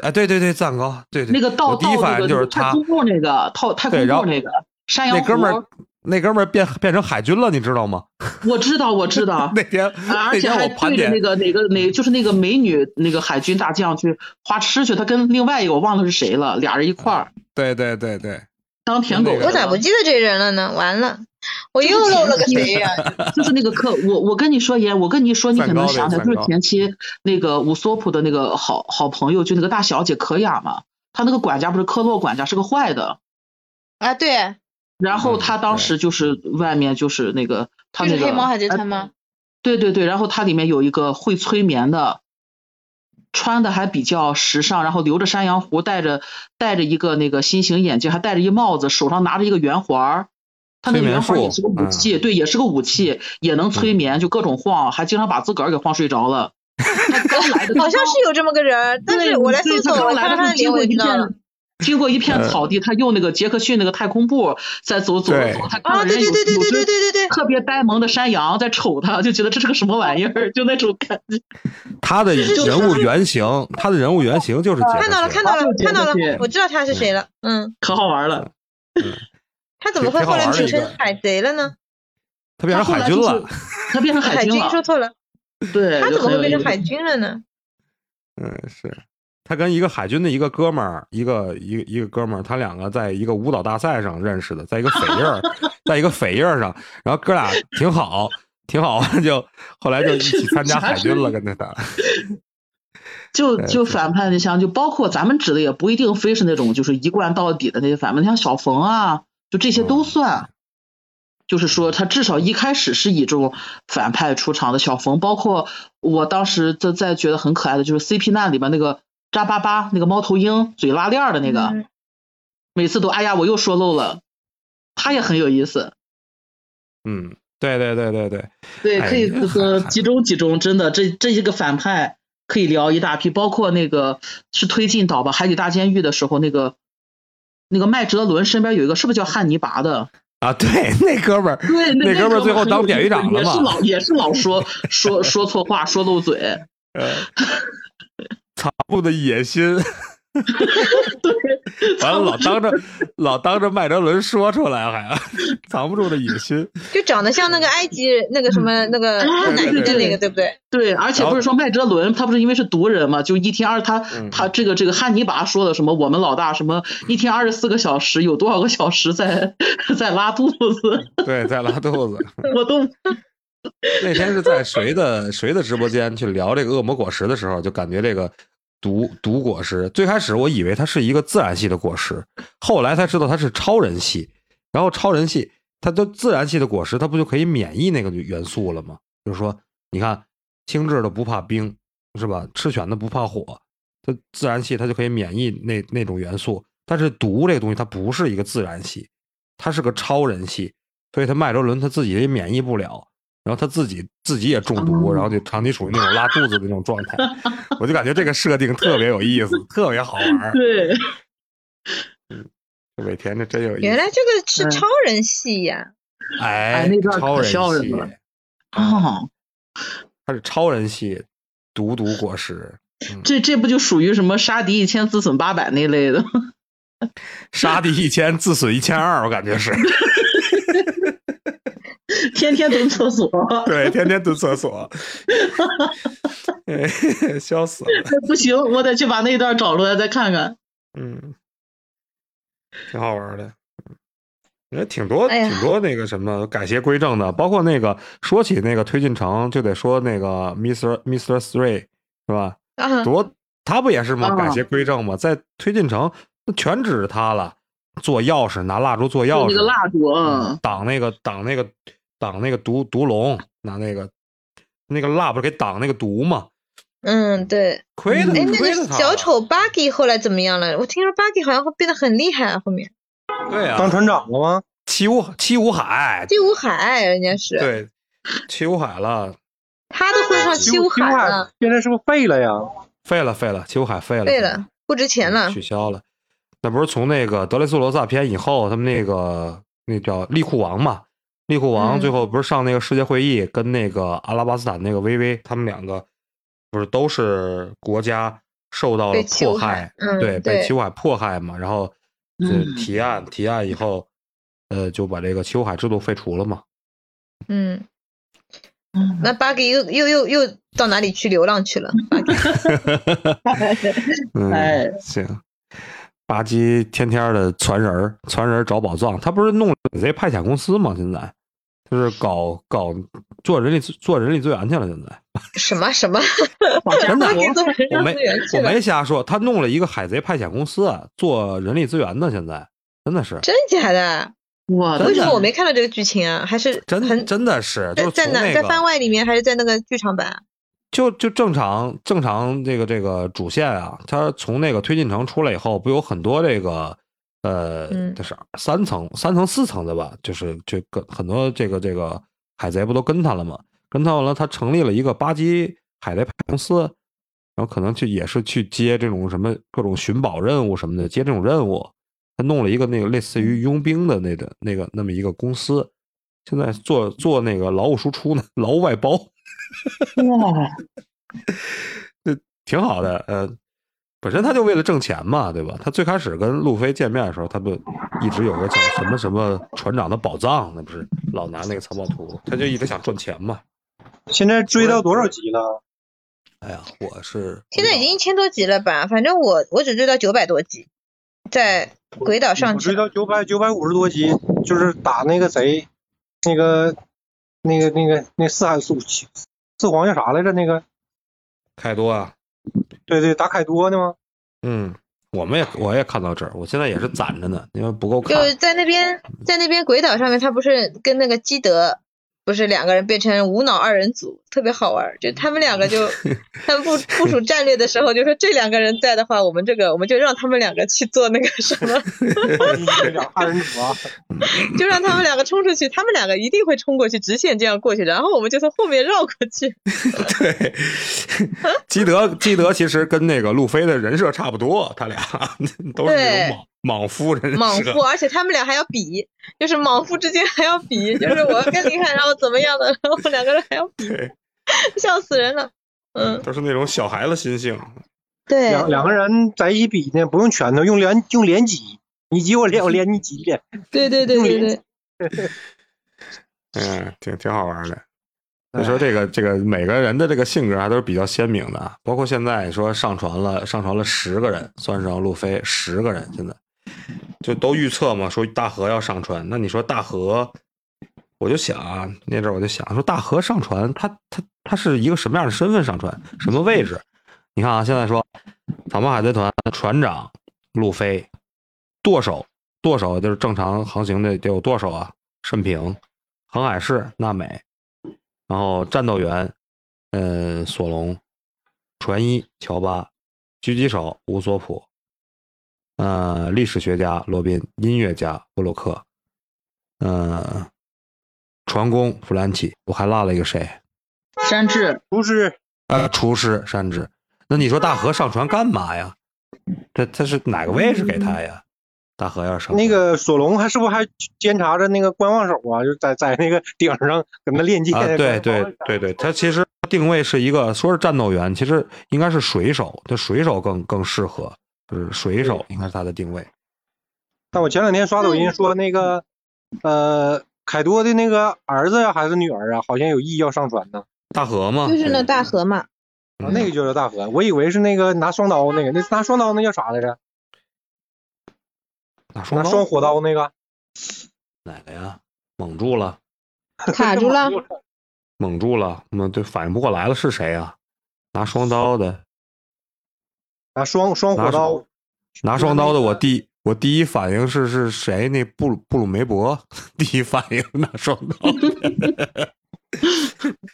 Speaker 4: 哎，对对对，赞高，对对，
Speaker 5: 那个
Speaker 4: 我
Speaker 5: 道
Speaker 4: 第
Speaker 5: 道
Speaker 4: 一
Speaker 5: 那
Speaker 4: 反
Speaker 5: 个
Speaker 4: 应就是
Speaker 5: 那个太
Speaker 4: 他，
Speaker 5: 空步那个套太
Speaker 4: 对
Speaker 5: 空
Speaker 4: 然后
Speaker 5: 步那个山羊
Speaker 4: 那哥们儿
Speaker 5: 湖，
Speaker 4: 那哥们儿变变成海军了，你知道吗？ ，
Speaker 5: 我知道我知道
Speaker 4: 那天
Speaker 5: 啊
Speaker 4: 那
Speaker 5: 而且
Speaker 4: 天
Speaker 5: 还
Speaker 4: 我盘
Speaker 5: 对
Speaker 4: 点
Speaker 5: 着那个哪个哪就是那个美女那个海军大将去花痴去，他跟另外一个我忘了是谁了，俩人一块儿
Speaker 4: 对对对对，
Speaker 5: 当舔狗
Speaker 4: 那
Speaker 5: 的。
Speaker 4: 个
Speaker 3: 我咋不记得这人了呢？完了，我又漏了个谁呀、
Speaker 5: 就是那个课，我我跟你说严，我跟你说，你
Speaker 4: 梵
Speaker 5: 可能
Speaker 4: 高呗
Speaker 5: 想起来，
Speaker 4: 梵
Speaker 5: 就是
Speaker 4: 高
Speaker 5: 前期那个乌索普的那个好好朋友，就那个大小姐可雅嘛，她那个管家不是科洛管家是个坏的，
Speaker 3: 啊，对，
Speaker 5: 然后
Speaker 4: 嗯
Speaker 5: 她当时就是外面就是那个她
Speaker 3: 就
Speaker 5: 那
Speaker 3: 是
Speaker 5: 个
Speaker 3: 黑猫海贼
Speaker 5: 哎
Speaker 3: 团吗？
Speaker 5: 对对对，然后它里面有一个会催眠的，穿的还比较时尚，然后留着山羊胡，戴着戴着一个那个新型眼镜，还戴着一帽子，手上拿着一个圆环儿。他那个
Speaker 4: 催眠
Speaker 5: 圆环儿也
Speaker 4: 术嗯
Speaker 5: 是个武器，对，也是个武器，也能催眠，就各种晃，还经常把自个儿给晃睡着了。
Speaker 3: 好像是有这么个人儿，但是
Speaker 5: 对
Speaker 3: 我来
Speaker 5: 对
Speaker 3: 搜
Speaker 5: 他
Speaker 3: 索，
Speaker 5: 刚
Speaker 3: 我
Speaker 5: 来
Speaker 3: 看到
Speaker 5: 的时候
Speaker 3: 他的
Speaker 5: 经
Speaker 3: 脸
Speaker 5: 过
Speaker 3: 我
Speaker 5: 一
Speaker 3: 就知道
Speaker 5: 片
Speaker 3: 了。
Speaker 5: 经过一片
Speaker 4: 嗯
Speaker 5: 草地，他用那个杰克逊那个太空步在走走着
Speaker 4: 对
Speaker 5: 走，他看到
Speaker 3: 啊，
Speaker 5: 人
Speaker 3: 对
Speaker 5: 有
Speaker 3: 对对对
Speaker 5: 有
Speaker 3: 对对
Speaker 5: 只
Speaker 3: 对对对，
Speaker 5: 特别呆萌的山羊在瞅他，就觉得这是个什么玩意儿，就那种感 觉。
Speaker 4: 他的
Speaker 3: 就是
Speaker 4: 人物原型，他的人物原型
Speaker 5: 哦
Speaker 4: 就是杰克
Speaker 3: 看到了
Speaker 4: 逊
Speaker 3: 看到了
Speaker 5: 对对对
Speaker 3: 看到了
Speaker 5: 对对，
Speaker 3: 我知道他是谁了。嗯，
Speaker 5: 可好玩了。
Speaker 3: 他怎么会
Speaker 4: 挺挺
Speaker 3: 后
Speaker 4: 好
Speaker 3: 来
Speaker 4: 玩的
Speaker 3: 变
Speaker 4: 一个
Speaker 3: 成海贼了呢？
Speaker 4: 他变
Speaker 5: 他
Speaker 4: 成海
Speaker 5: 后来
Speaker 4: 军
Speaker 5: 就是
Speaker 4: 了，
Speaker 5: 他变成
Speaker 3: 海
Speaker 5: 海
Speaker 3: 军
Speaker 5: 了。
Speaker 3: 说错了，
Speaker 5: 对，
Speaker 3: 他
Speaker 5: 就
Speaker 3: 怎么会
Speaker 5: 很有
Speaker 3: 变
Speaker 5: 意
Speaker 3: 成
Speaker 5: 思
Speaker 3: 海军了呢？
Speaker 4: 嗯，是他跟一个海军的一个哥们儿，一个一个一个哥们儿，他两个在一个舞蹈大赛上认识的，在一个扉页儿，在一个扉页儿上，然后哥俩挺好，挺好， 就后来就一起参加海军了，跟着他。
Speaker 5: 就
Speaker 4: 哎
Speaker 5: 就
Speaker 4: 对
Speaker 5: 反派，你像就包括咱们指的也不一定非是那种就是一贯到底的那些反派，你像小冯啊，就这些
Speaker 4: 嗯
Speaker 5: 都算。就是说，他至少一开始是以这种反派出场的小冯，包括我当时在在觉得很可爱的，就是 CP 那里边那个扎巴巴那个猫头鹰嘴拉链儿的那个，
Speaker 3: 嗯
Speaker 5: 每次都哎呀我又说漏了，他也很有意思。
Speaker 4: 嗯，对对对对对，
Speaker 5: 对，
Speaker 4: 哎
Speaker 5: 可以
Speaker 4: 这
Speaker 5: 这个
Speaker 4: 还
Speaker 5: 集中集中，真的，这这一个反派可以聊一大批，包括那个是推进岛吧，海底大监狱的时候，那个那个麦哲伦身边有一个是不是叫汉尼拔的？
Speaker 4: 啊，对，那哥们儿，
Speaker 5: 对，
Speaker 4: 那
Speaker 5: 那
Speaker 4: 哥们儿最后
Speaker 5: 很
Speaker 4: 当
Speaker 5: 有
Speaker 4: 典狱
Speaker 5: 意思
Speaker 4: 长了
Speaker 5: 也是
Speaker 4: 嘛
Speaker 5: 老也是老说说说错话，说漏嘴。
Speaker 4: 呃，操，部的野心， 完了老当着老当着麦哲伦说出来，还 藏不住的野心。
Speaker 3: 就长得像那个埃及人那个什么那个
Speaker 5: 啊
Speaker 3: 奶
Speaker 4: 对
Speaker 3: 奶的
Speaker 4: 嗯对
Speaker 3: 那个，对不对？
Speaker 5: 对，而且
Speaker 4: 然后
Speaker 5: 不是说麦哲伦，他不是因为是毒人嘛，就一天二他
Speaker 4: 嗯
Speaker 5: 他这个这个汉尼拔说的什么我们老大什么一天二十四个小时，有多少个小时在 在拉肚子，
Speaker 4: 对，在拉肚子。
Speaker 5: 我都
Speaker 4: 那天是在谁的谁的直播间去聊这个恶魔果实的时候，就感觉这个毒毒果实，最开始我以为它是一个自然系的果实，后来才知道它是超人系，然后超人系它都自然系的果实，它不就可以免疫那个元素了吗？就是说，你看轻质的不怕冰，是吧？赤犬的不怕火，它自然系它就可以免疫那那种元素，但是毒这个东西它不是一个自然系，它是个超人系，所以它麦哲伦他自己也免疫不了。然后他自己自己也中毒，
Speaker 5: 哦
Speaker 4: 然后就长期属于那种拉肚子的那种状态，我就感觉这个设定特别有意思，特别好 玩儿。
Speaker 5: 对，
Speaker 4: 尾田这真有意思，
Speaker 3: 原来这个是
Speaker 5: 嗯
Speaker 3: 超人系呀，
Speaker 4: 哎
Speaker 5: 哎那段
Speaker 4: 超
Speaker 5: 可
Speaker 4: 人
Speaker 5: 笑人
Speaker 4: 系，
Speaker 5: 了
Speaker 4: 啊
Speaker 5: 哦，
Speaker 4: 它是超人系毒毒果实，
Speaker 5: 这这不就属于什么杀敌一千自损八百那类的？
Speaker 4: 杀敌一千自损一千二，我感 觉是
Speaker 5: 天天蹲厕所，
Speaker 4: 对，天天蹲厕所， 哎笑死了，
Speaker 5: 不行，我得去把那段找出来再看看。
Speaker 4: 嗯，挺好玩的。嗯也挺多，
Speaker 3: 哎呀
Speaker 4: 挺多那个什么改邪归正的，包括那个说起那个推进城，就得说那个 Mister Mister Three 是吧？
Speaker 3: 啊，
Speaker 4: 多他不也是吗？
Speaker 5: 啊
Speaker 4: 改邪归正嘛，在推进城那全指着他了，做钥匙拿蜡烛做
Speaker 5: 就
Speaker 4: 钥匙，
Speaker 5: 那个蜡烛，嗯，
Speaker 4: 挡那个挡那个挡那个毒毒龙，拿那个那个蜡不是给挡那个毒嘛？
Speaker 3: 嗯，对。
Speaker 4: 亏了，
Speaker 3: 哎，那
Speaker 4: 亏了
Speaker 3: 个
Speaker 4: 他
Speaker 3: 小
Speaker 4: 了
Speaker 3: 丑 Buggy 后来怎么样了？我听说 Buggy 好像会变得很厉害啊，后面
Speaker 4: 对啊，
Speaker 6: 当船长了吗？
Speaker 4: 七武七武海
Speaker 3: 七武海人家是，
Speaker 4: 对七武海了，
Speaker 3: 他都会上七武海了，
Speaker 6: 现在是不是废了呀？
Speaker 4: 废了废了，七武海废了
Speaker 3: 对了，不值钱了
Speaker 4: 取。消了。那不是从那个德雷斯罗萨篇以后，他们那个那叫利库王嘛？利库王
Speaker 3: 嗯
Speaker 4: 最后不是上那个世界会议，跟那个阿拉巴斯坦那个薇薇，他们两个不是都是国家受到了
Speaker 3: 被欺
Speaker 4: 迫
Speaker 3: 负
Speaker 4: 害，
Speaker 3: 嗯
Speaker 4: 对，被
Speaker 3: 对
Speaker 4: 齐武海迫害嘛，然后就
Speaker 5: 嗯
Speaker 4: 提案、提案以后，呃，就把这个齐武海制度废除了嘛。
Speaker 3: 嗯，
Speaker 5: 嗯
Speaker 3: 那 Buggy 又又又又到哪里去流浪去了？
Speaker 4: 嗯，
Speaker 5: 哎
Speaker 4: 行。吧唧天天的传人儿，传人儿找宝藏，他不是弄了贼派遣公司吗？现在就是搞搞做人力做人力资源去了。现在
Speaker 3: 什么什么？
Speaker 5: 往家
Speaker 4: 真的
Speaker 5: 走
Speaker 3: Buggy 做人
Speaker 4: 我没
Speaker 3: 力资源去
Speaker 4: 我
Speaker 3: 了？
Speaker 4: 没瞎说，他弄了一个海贼派遣公司啊做人力资源呢。现在真的是
Speaker 3: 真假的？
Speaker 5: 我的
Speaker 3: 为什
Speaker 5: 天
Speaker 3: 么我没看到这个剧情啊？还是
Speaker 4: 真
Speaker 3: 很
Speaker 4: 真的是就是
Speaker 3: 在在
Speaker 4: 从
Speaker 3: 哪？
Speaker 4: 那
Speaker 3: 在
Speaker 4: 个
Speaker 3: 番外里面还是在那个剧场版啊？
Speaker 4: 就就正常正常这个这个主线啊，它从那个推进城出来以后，不有很多这个呃，
Speaker 3: 嗯
Speaker 4: 就是三层、三层、四层的吧，就是就跟很多这个这个海贼不都跟他了吗？跟他完了，他成立了一个巴基海贼派公司，然后可能去也是去接这种什么各种寻宝任务什么的，接这种任务。他弄了一个那个类似于佣兵的那个那个那么一个公司，现在做做那个劳务输出呢，劳务外包。
Speaker 5: 哇，
Speaker 4: 挺好的。呃，本身他就为了挣钱嘛，对吧？他最开始跟路飞见面的时候，他不一直有个叫什么什么船长的宝藏，那不是老拿那个藏宝图，他就一直想赚钱嘛。
Speaker 6: 现在追到多少集了？
Speaker 4: 哎呀，我是
Speaker 3: 现在已经一千多集了吧？反正我我只追到九百多集，在鬼岛上
Speaker 6: 我追
Speaker 3: 去。
Speaker 6: 到九百九百五十多集，就是打那个谁，那个那个那个那四海四四皇叫啥来着？那个
Speaker 4: 太多啊。
Speaker 6: 对对，打凯多呢 吗？
Speaker 4: 嗯，我们也我也看到这儿，我现在也是攒着呢，因为不够看
Speaker 3: 就。是在那边，在那边鬼岛上面，他不是跟那个基德，不是两个人变成无脑二人组，特别好玩儿。就他们两个 就，他们部部署战略的时候，就说这两个人在的话，我们这个我们就让他们两个去做那个什么，
Speaker 6: 二人组啊，
Speaker 3: 就让他们两个冲出去，他们两个一定会冲过去，直线这样过去，然后我们就从后面绕过去。
Speaker 4: 对，基德基德其实跟那个路飞的人设差不多，他俩 都是那种莽莽夫人设。
Speaker 3: 莽夫，而且他们俩还要比，就是莽夫之间还要比，就是我更厉害，然后怎么样的，然后两个人还要比
Speaker 4: 对，
Speaker 3: 笑死人了。嗯，
Speaker 4: 都是那种小孩子心性。
Speaker 3: 对，
Speaker 6: 两两个人在一起比呢，不用拳头，用连用连击，你击我脸，我连你击脸。
Speaker 3: 对对对对对，
Speaker 4: 嗯，挺挺好玩的。所以说这个这个每个人的这个性格还都是比较鲜明的啊，包括现在说上传了上传了十个人，算上路飞十个人，现在就都预测嘛，说大河要上传。那你说大河，我就想啊，那阵儿我就想说大河上传，他他他是一个什么样的身份上传，什么位置？你看啊，现在说草帽海贼团船长路飞，舵手舵手就是正常航行的得有舵手啊，慎平，航海士娜美。然后战斗员，嗯，索隆、船医乔巴、狙击手乌索普，呃，历史学家罗宾、音乐家布鲁克，呃，船工弗兰奇，我还落了一个谁？
Speaker 5: 山治
Speaker 6: 不是
Speaker 4: 呃，厨师山治。那你说大河上船干嘛呀？他他是哪个位置给他呀？大河要上
Speaker 6: 那
Speaker 4: 船啊
Speaker 6: 个索隆，还是不是还监察着那个观望手啊？就在在那个顶上跟他练剑。
Speaker 4: 啊，对对对对，他其实定位是一个说是战斗员，其实应该是水手，就水手更更适合，就是水手应该是他的定位。
Speaker 6: 但我前两天刷抖音说那个，呃，凯多的那个儿子呀、还是女儿啊，好像有意要上船呢。
Speaker 4: 大河嘛，
Speaker 3: 就是那大河嘛，
Speaker 6: 啊，那个就叫大河，我以为是那个拿双刀那个，那拿双刀那叫啥来着？
Speaker 4: 哪双
Speaker 6: 拿
Speaker 4: 刀
Speaker 6: 双火刀那个
Speaker 4: 哪个呀？蒙住了，
Speaker 3: 卡住了，
Speaker 4: 蒙住了，嗯，对，反应不过来了，是谁呀？拿双刀的，
Speaker 6: 拿双双火
Speaker 4: 拿
Speaker 6: 刀
Speaker 4: 双，拿双刀的，我第我第一反应是是谁？那布鲁布鲁梅伯，第一反应拿双刀，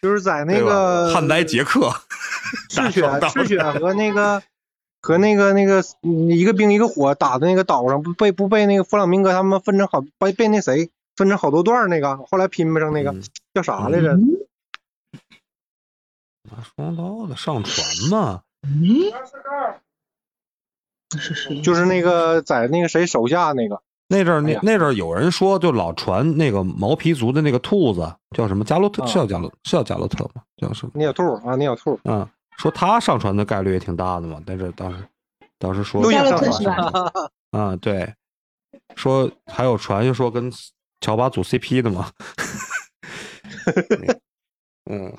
Speaker 6: 就是在那
Speaker 4: 对吧
Speaker 6: 个
Speaker 4: 汉白杰克，
Speaker 6: 赤
Speaker 4: 拿双
Speaker 6: 血
Speaker 4: 刀
Speaker 6: 赤血和那个和那个那个嗯一个冰一个火打的那个岛上，不被不被那个弗朗明哥他们分成好被被那谁分成好多段儿那个，后来拼不上那个
Speaker 4: 嗯
Speaker 6: 叫啥来着？
Speaker 4: 拿双刀的上船嘛，
Speaker 5: 嗯，是谁？
Speaker 6: 就是那个在那个谁手下那个
Speaker 4: 那阵儿
Speaker 6: 哎
Speaker 4: 那
Speaker 6: 呀
Speaker 4: 那阵儿有人说，就老传那个毛皮族的那个兔子叫什么加洛特，
Speaker 6: 啊
Speaker 4: 是叫加洛是叫加洛特吗？叫什么？
Speaker 6: 那小兔儿啊，那小兔儿
Speaker 4: 嗯，说他上传的概率也挺大的嘛。但是当时当时说
Speaker 6: 都
Speaker 3: 加
Speaker 6: 想
Speaker 3: 洛
Speaker 6: 上
Speaker 3: 特
Speaker 6: 船
Speaker 3: 是吧？
Speaker 6: 了。
Speaker 4: 啊、对，说还有传就说跟乔巴组 CP 的嘛。嗯，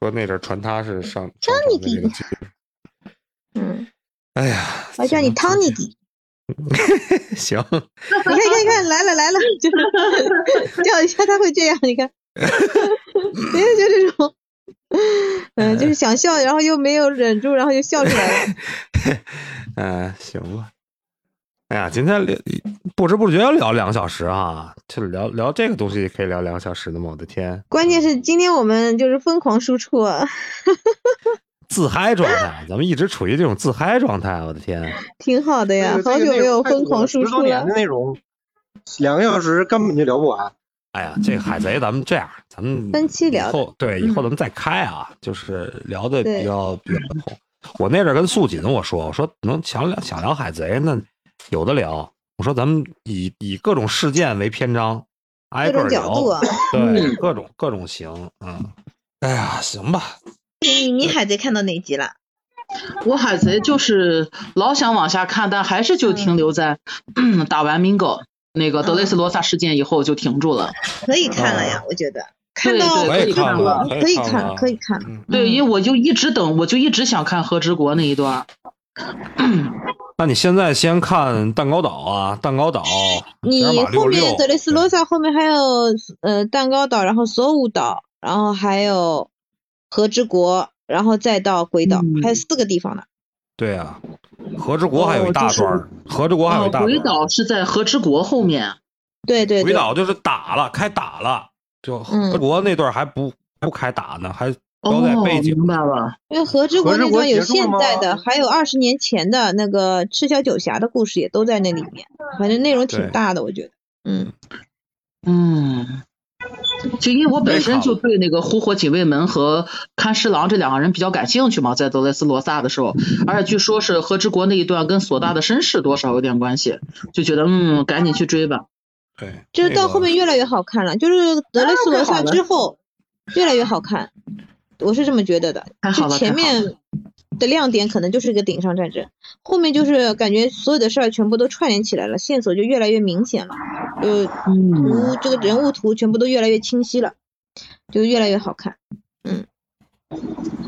Speaker 4: 说那阵儿传他是上上
Speaker 3: 那你
Speaker 4: 传的这个记录
Speaker 3: 嗯，
Speaker 4: 哎呀，
Speaker 3: 我叫你汤尼迪，
Speaker 4: 行，
Speaker 3: 你看你看你看，来了来了，就是 叫一下他会这样， 你看，别就这种，嗯，就是想笑，然后又没有忍住，然后就笑出来了，
Speaker 4: 嗯，行吧。哎呀，今天聊不知不觉聊两个小时啊，这聊聊这个东西可以聊两个小时的吗？我的天，
Speaker 3: 关键是今天我们就是疯狂输出啊，
Speaker 4: 自嗨状态， 咱们一直处于这种自嗨状态，我的天，
Speaker 3: 挺好的呀，好久没有疯狂输
Speaker 6: 十
Speaker 3: 出
Speaker 6: 多年
Speaker 3: 了
Speaker 6: 的。内容，两个小时根本就聊不完。
Speaker 4: 哎呀，这个海贼，咱们这样，咱们
Speaker 3: 分期聊嗯
Speaker 4: 以后对，以后咱们再开啊，就是聊的比
Speaker 3: 对
Speaker 4: 较比较透。我那阵儿跟素锦我说，我说能想聊想聊海贼，那有的聊。我说咱们以以各种事件为篇章，挨
Speaker 3: 各
Speaker 4: 个
Speaker 3: 种
Speaker 4: 儿
Speaker 3: 角
Speaker 4: 聊
Speaker 3: 度啊
Speaker 4: 对，各种各种行，嗯，哎呀，行吧，
Speaker 3: 你你海贼看到哪集了？
Speaker 5: 我海贼就是老想往下看，但还是就停留在、 打完 Mingo 那个德雷斯罗萨事件以后就停住了。
Speaker 3: 可以看了呀，我觉得看到
Speaker 5: 对
Speaker 4: 我
Speaker 5: 可
Speaker 4: 也
Speaker 5: 以
Speaker 4: 看
Speaker 5: 看
Speaker 4: 了
Speaker 5: 了，
Speaker 3: 可以看，
Speaker 4: 了，
Speaker 3: 可以看。
Speaker 4: 嗯
Speaker 5: 对，因为我就一直等，我就一直想看和之国那一段儿。
Speaker 4: 那你现在先看蛋糕岛啊，蛋糕岛，
Speaker 3: 你
Speaker 4: 加尔马
Speaker 3: 后面
Speaker 4: 66
Speaker 3: 德雷斯
Speaker 4: 对
Speaker 3: 罗萨后面还有呃蛋糕岛，然后索武岛，然后还有和之国，然后再到鬼岛，
Speaker 5: 嗯
Speaker 3: 还有四个地方呢。
Speaker 4: 对啊，和之国还有一大段儿，和之国还有
Speaker 5: 哦
Speaker 4: 一，大段
Speaker 5: 鬼
Speaker 4: 儿。
Speaker 5: 岛是在和之国后面。
Speaker 3: 对对
Speaker 4: 鬼
Speaker 3: 对，
Speaker 4: 岛就是打了，开打了，就和
Speaker 3: 嗯
Speaker 4: 之国那段儿还不不开打呢，还
Speaker 5: 哦，
Speaker 4: 交代背景。
Speaker 5: 明白了。
Speaker 3: 因为和之国
Speaker 6: 和之
Speaker 3: 那
Speaker 6: 国
Speaker 3: 段有
Speaker 6: 结束了
Speaker 3: 现
Speaker 6: 吗
Speaker 3: 在的，还有二十年前的那个赤小九侠的故事也都在那里面，反正内容
Speaker 4: 对
Speaker 3: 挺大的，我觉得。嗯，
Speaker 5: 嗯，就因为我本身就对那个呼火警卫门和勘侍郎这两个人比较感兴趣嘛，在德雷斯罗萨的时候，而且据说是和之国那一段跟索大的身世多少有点关系，就觉得嗯，赶紧去追吧。
Speaker 4: 对，
Speaker 3: 就是
Speaker 4: 那
Speaker 3: 到
Speaker 4: 个
Speaker 3: 后面越来越好看了，就是德雷斯罗萨之后越来越好看。我是这么觉得的。
Speaker 5: 太好
Speaker 3: 就
Speaker 5: 了，
Speaker 3: 前
Speaker 5: 太好了
Speaker 3: 面的亮点可能就是一个顶上战争，后面就是感觉所有的事儿全部都串联起来了，线索就越来越明显了，就
Speaker 5: 嗯，
Speaker 3: 图这个人物图全部都越来越清晰了，就越来越好看。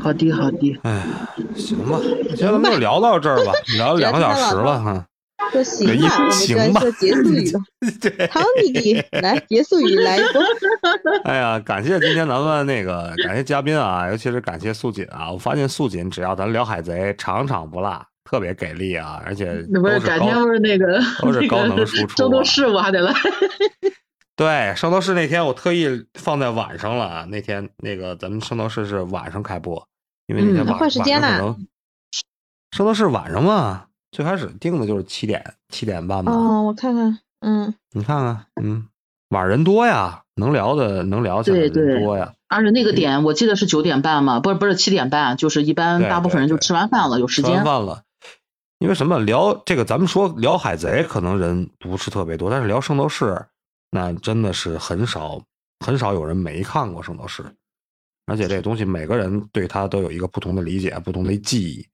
Speaker 5: 好的好的，
Speaker 4: 哎，行吧，今天咱们就聊到这儿吧，聊了两个小时了哈。
Speaker 3: 说行
Speaker 4: 对一
Speaker 3: 吧，我们就
Speaker 4: 行
Speaker 3: 来
Speaker 4: 吧
Speaker 3: 说结束语吧。
Speaker 4: 对，
Speaker 3: 好，你的来结束语来一 波。
Speaker 4: 哎呀，感谢今天咱们那个感谢嘉宾啊，尤其是感谢素锦啊，我发现素锦只要咱聊海贼，场场不落，特别给力啊，而且
Speaker 5: 那不
Speaker 4: 都
Speaker 5: 是
Speaker 4: 是
Speaker 5: 改
Speaker 4: 高
Speaker 5: 天不是那个
Speaker 4: 都是
Speaker 5: 那
Speaker 4: 高能
Speaker 5: 个
Speaker 4: 输出
Speaker 5: 周
Speaker 4: 啊
Speaker 5: 都市我还得来，
Speaker 4: 对，圣斗士那天我特意放在晚上了啊。那天那个咱们圣斗士是晚上开播，因为那天
Speaker 5: 嗯
Speaker 4: 晚、
Speaker 3: 换时间
Speaker 4: 晚上
Speaker 3: 了
Speaker 4: 可能圣斗士晚上嘛，最开始定的就是七点七点半吧。
Speaker 3: 哦，我看看，嗯，
Speaker 4: 你看看，嗯，晚上人多呀，能聊的能聊起来的
Speaker 5: 对
Speaker 4: 人
Speaker 5: 对
Speaker 4: 多呀。
Speaker 5: 而且那个点我记得是九点半嘛，不是不是七点半，就是一般
Speaker 4: 嗯对
Speaker 5: 大部
Speaker 4: 对
Speaker 5: 分人就
Speaker 4: 对
Speaker 5: 吃完饭了，有时
Speaker 4: 吃完
Speaker 5: 间。
Speaker 4: 饭了，因为什么聊这个，咱们说聊海贼可能人不是特别多，但是聊圣斗士那真的是很少很少有人没看过圣斗士，而且这东西每个人对它都有一个不同的理解、不同的记忆，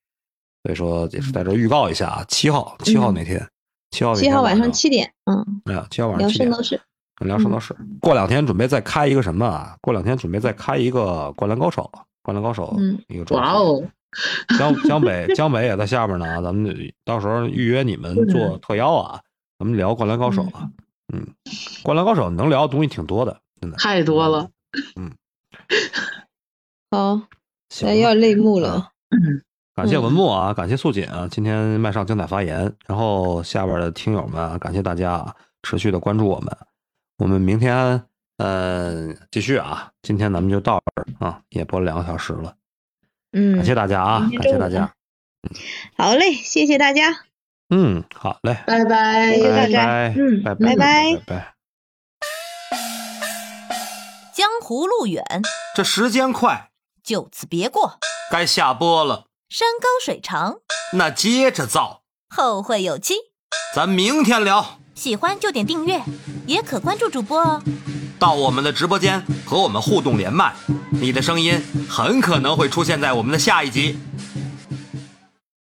Speaker 4: 所以说也是在这预告一下啊，七号七号那天，七、号那
Speaker 3: 嗯七
Speaker 4: 天
Speaker 3: 号晚
Speaker 4: 晚
Speaker 3: 上七点，嗯，
Speaker 4: 哎呀，七号晚上
Speaker 3: 聊
Speaker 4: 七点
Speaker 3: 圣斗士，嗯
Speaker 4: 聊圣斗士，过两天准备再开一个什么啊？过两天准备再开一个《灌篮高手》，《灌篮高手》
Speaker 3: 嗯
Speaker 4: 一个专
Speaker 5: 哇
Speaker 4: 题。
Speaker 5: 哦，
Speaker 4: 江江北江北也在下边呢啊，咱们就到时候预约你们做
Speaker 3: 嗯
Speaker 4: 特邀啊，咱们聊《灌篮高手》啊，嗯，《灌篮高手》能聊的东西挺多的，真的
Speaker 5: 太多了。
Speaker 3: 好，
Speaker 4: 行
Speaker 3: 要
Speaker 4: 啊
Speaker 3: 要泪目
Speaker 4: 啊
Speaker 3: 了。
Speaker 4: 感谢
Speaker 5: 嗯
Speaker 4: 文墨啊，感谢素锦啊，今天迈上精彩发言。然后下边的听友们啊，感谢大家啊，持续的关注我们。我们明天呃继续啊，今天咱们就到这儿啊，也播了两个小时了，
Speaker 3: 嗯，
Speaker 4: 感谢大家啊，
Speaker 3: 明
Speaker 4: 感谢
Speaker 3: 天中
Speaker 4: 大
Speaker 3: 午
Speaker 4: 家。
Speaker 3: 好嘞，谢谢大家，
Speaker 4: 嗯，好嘞，
Speaker 5: 拜拜。
Speaker 3: 谢谢大
Speaker 4: 拜
Speaker 3: 家
Speaker 4: 拜，
Speaker 3: 嗯
Speaker 4: 拜
Speaker 3: 拜拜
Speaker 4: 拜拜。
Speaker 1: 江湖路远，
Speaker 2: 这时间快，
Speaker 1: 就此别过。
Speaker 2: 该下播了，
Speaker 1: 山高水长，
Speaker 2: 那接着造，
Speaker 1: 后会有期。
Speaker 2: 咱明天聊。
Speaker 1: 喜欢就点订阅，也可关注主播哦。
Speaker 2: 到我们的直播间和我们互动连麦，你的声音很可能会出现在我们的下一集。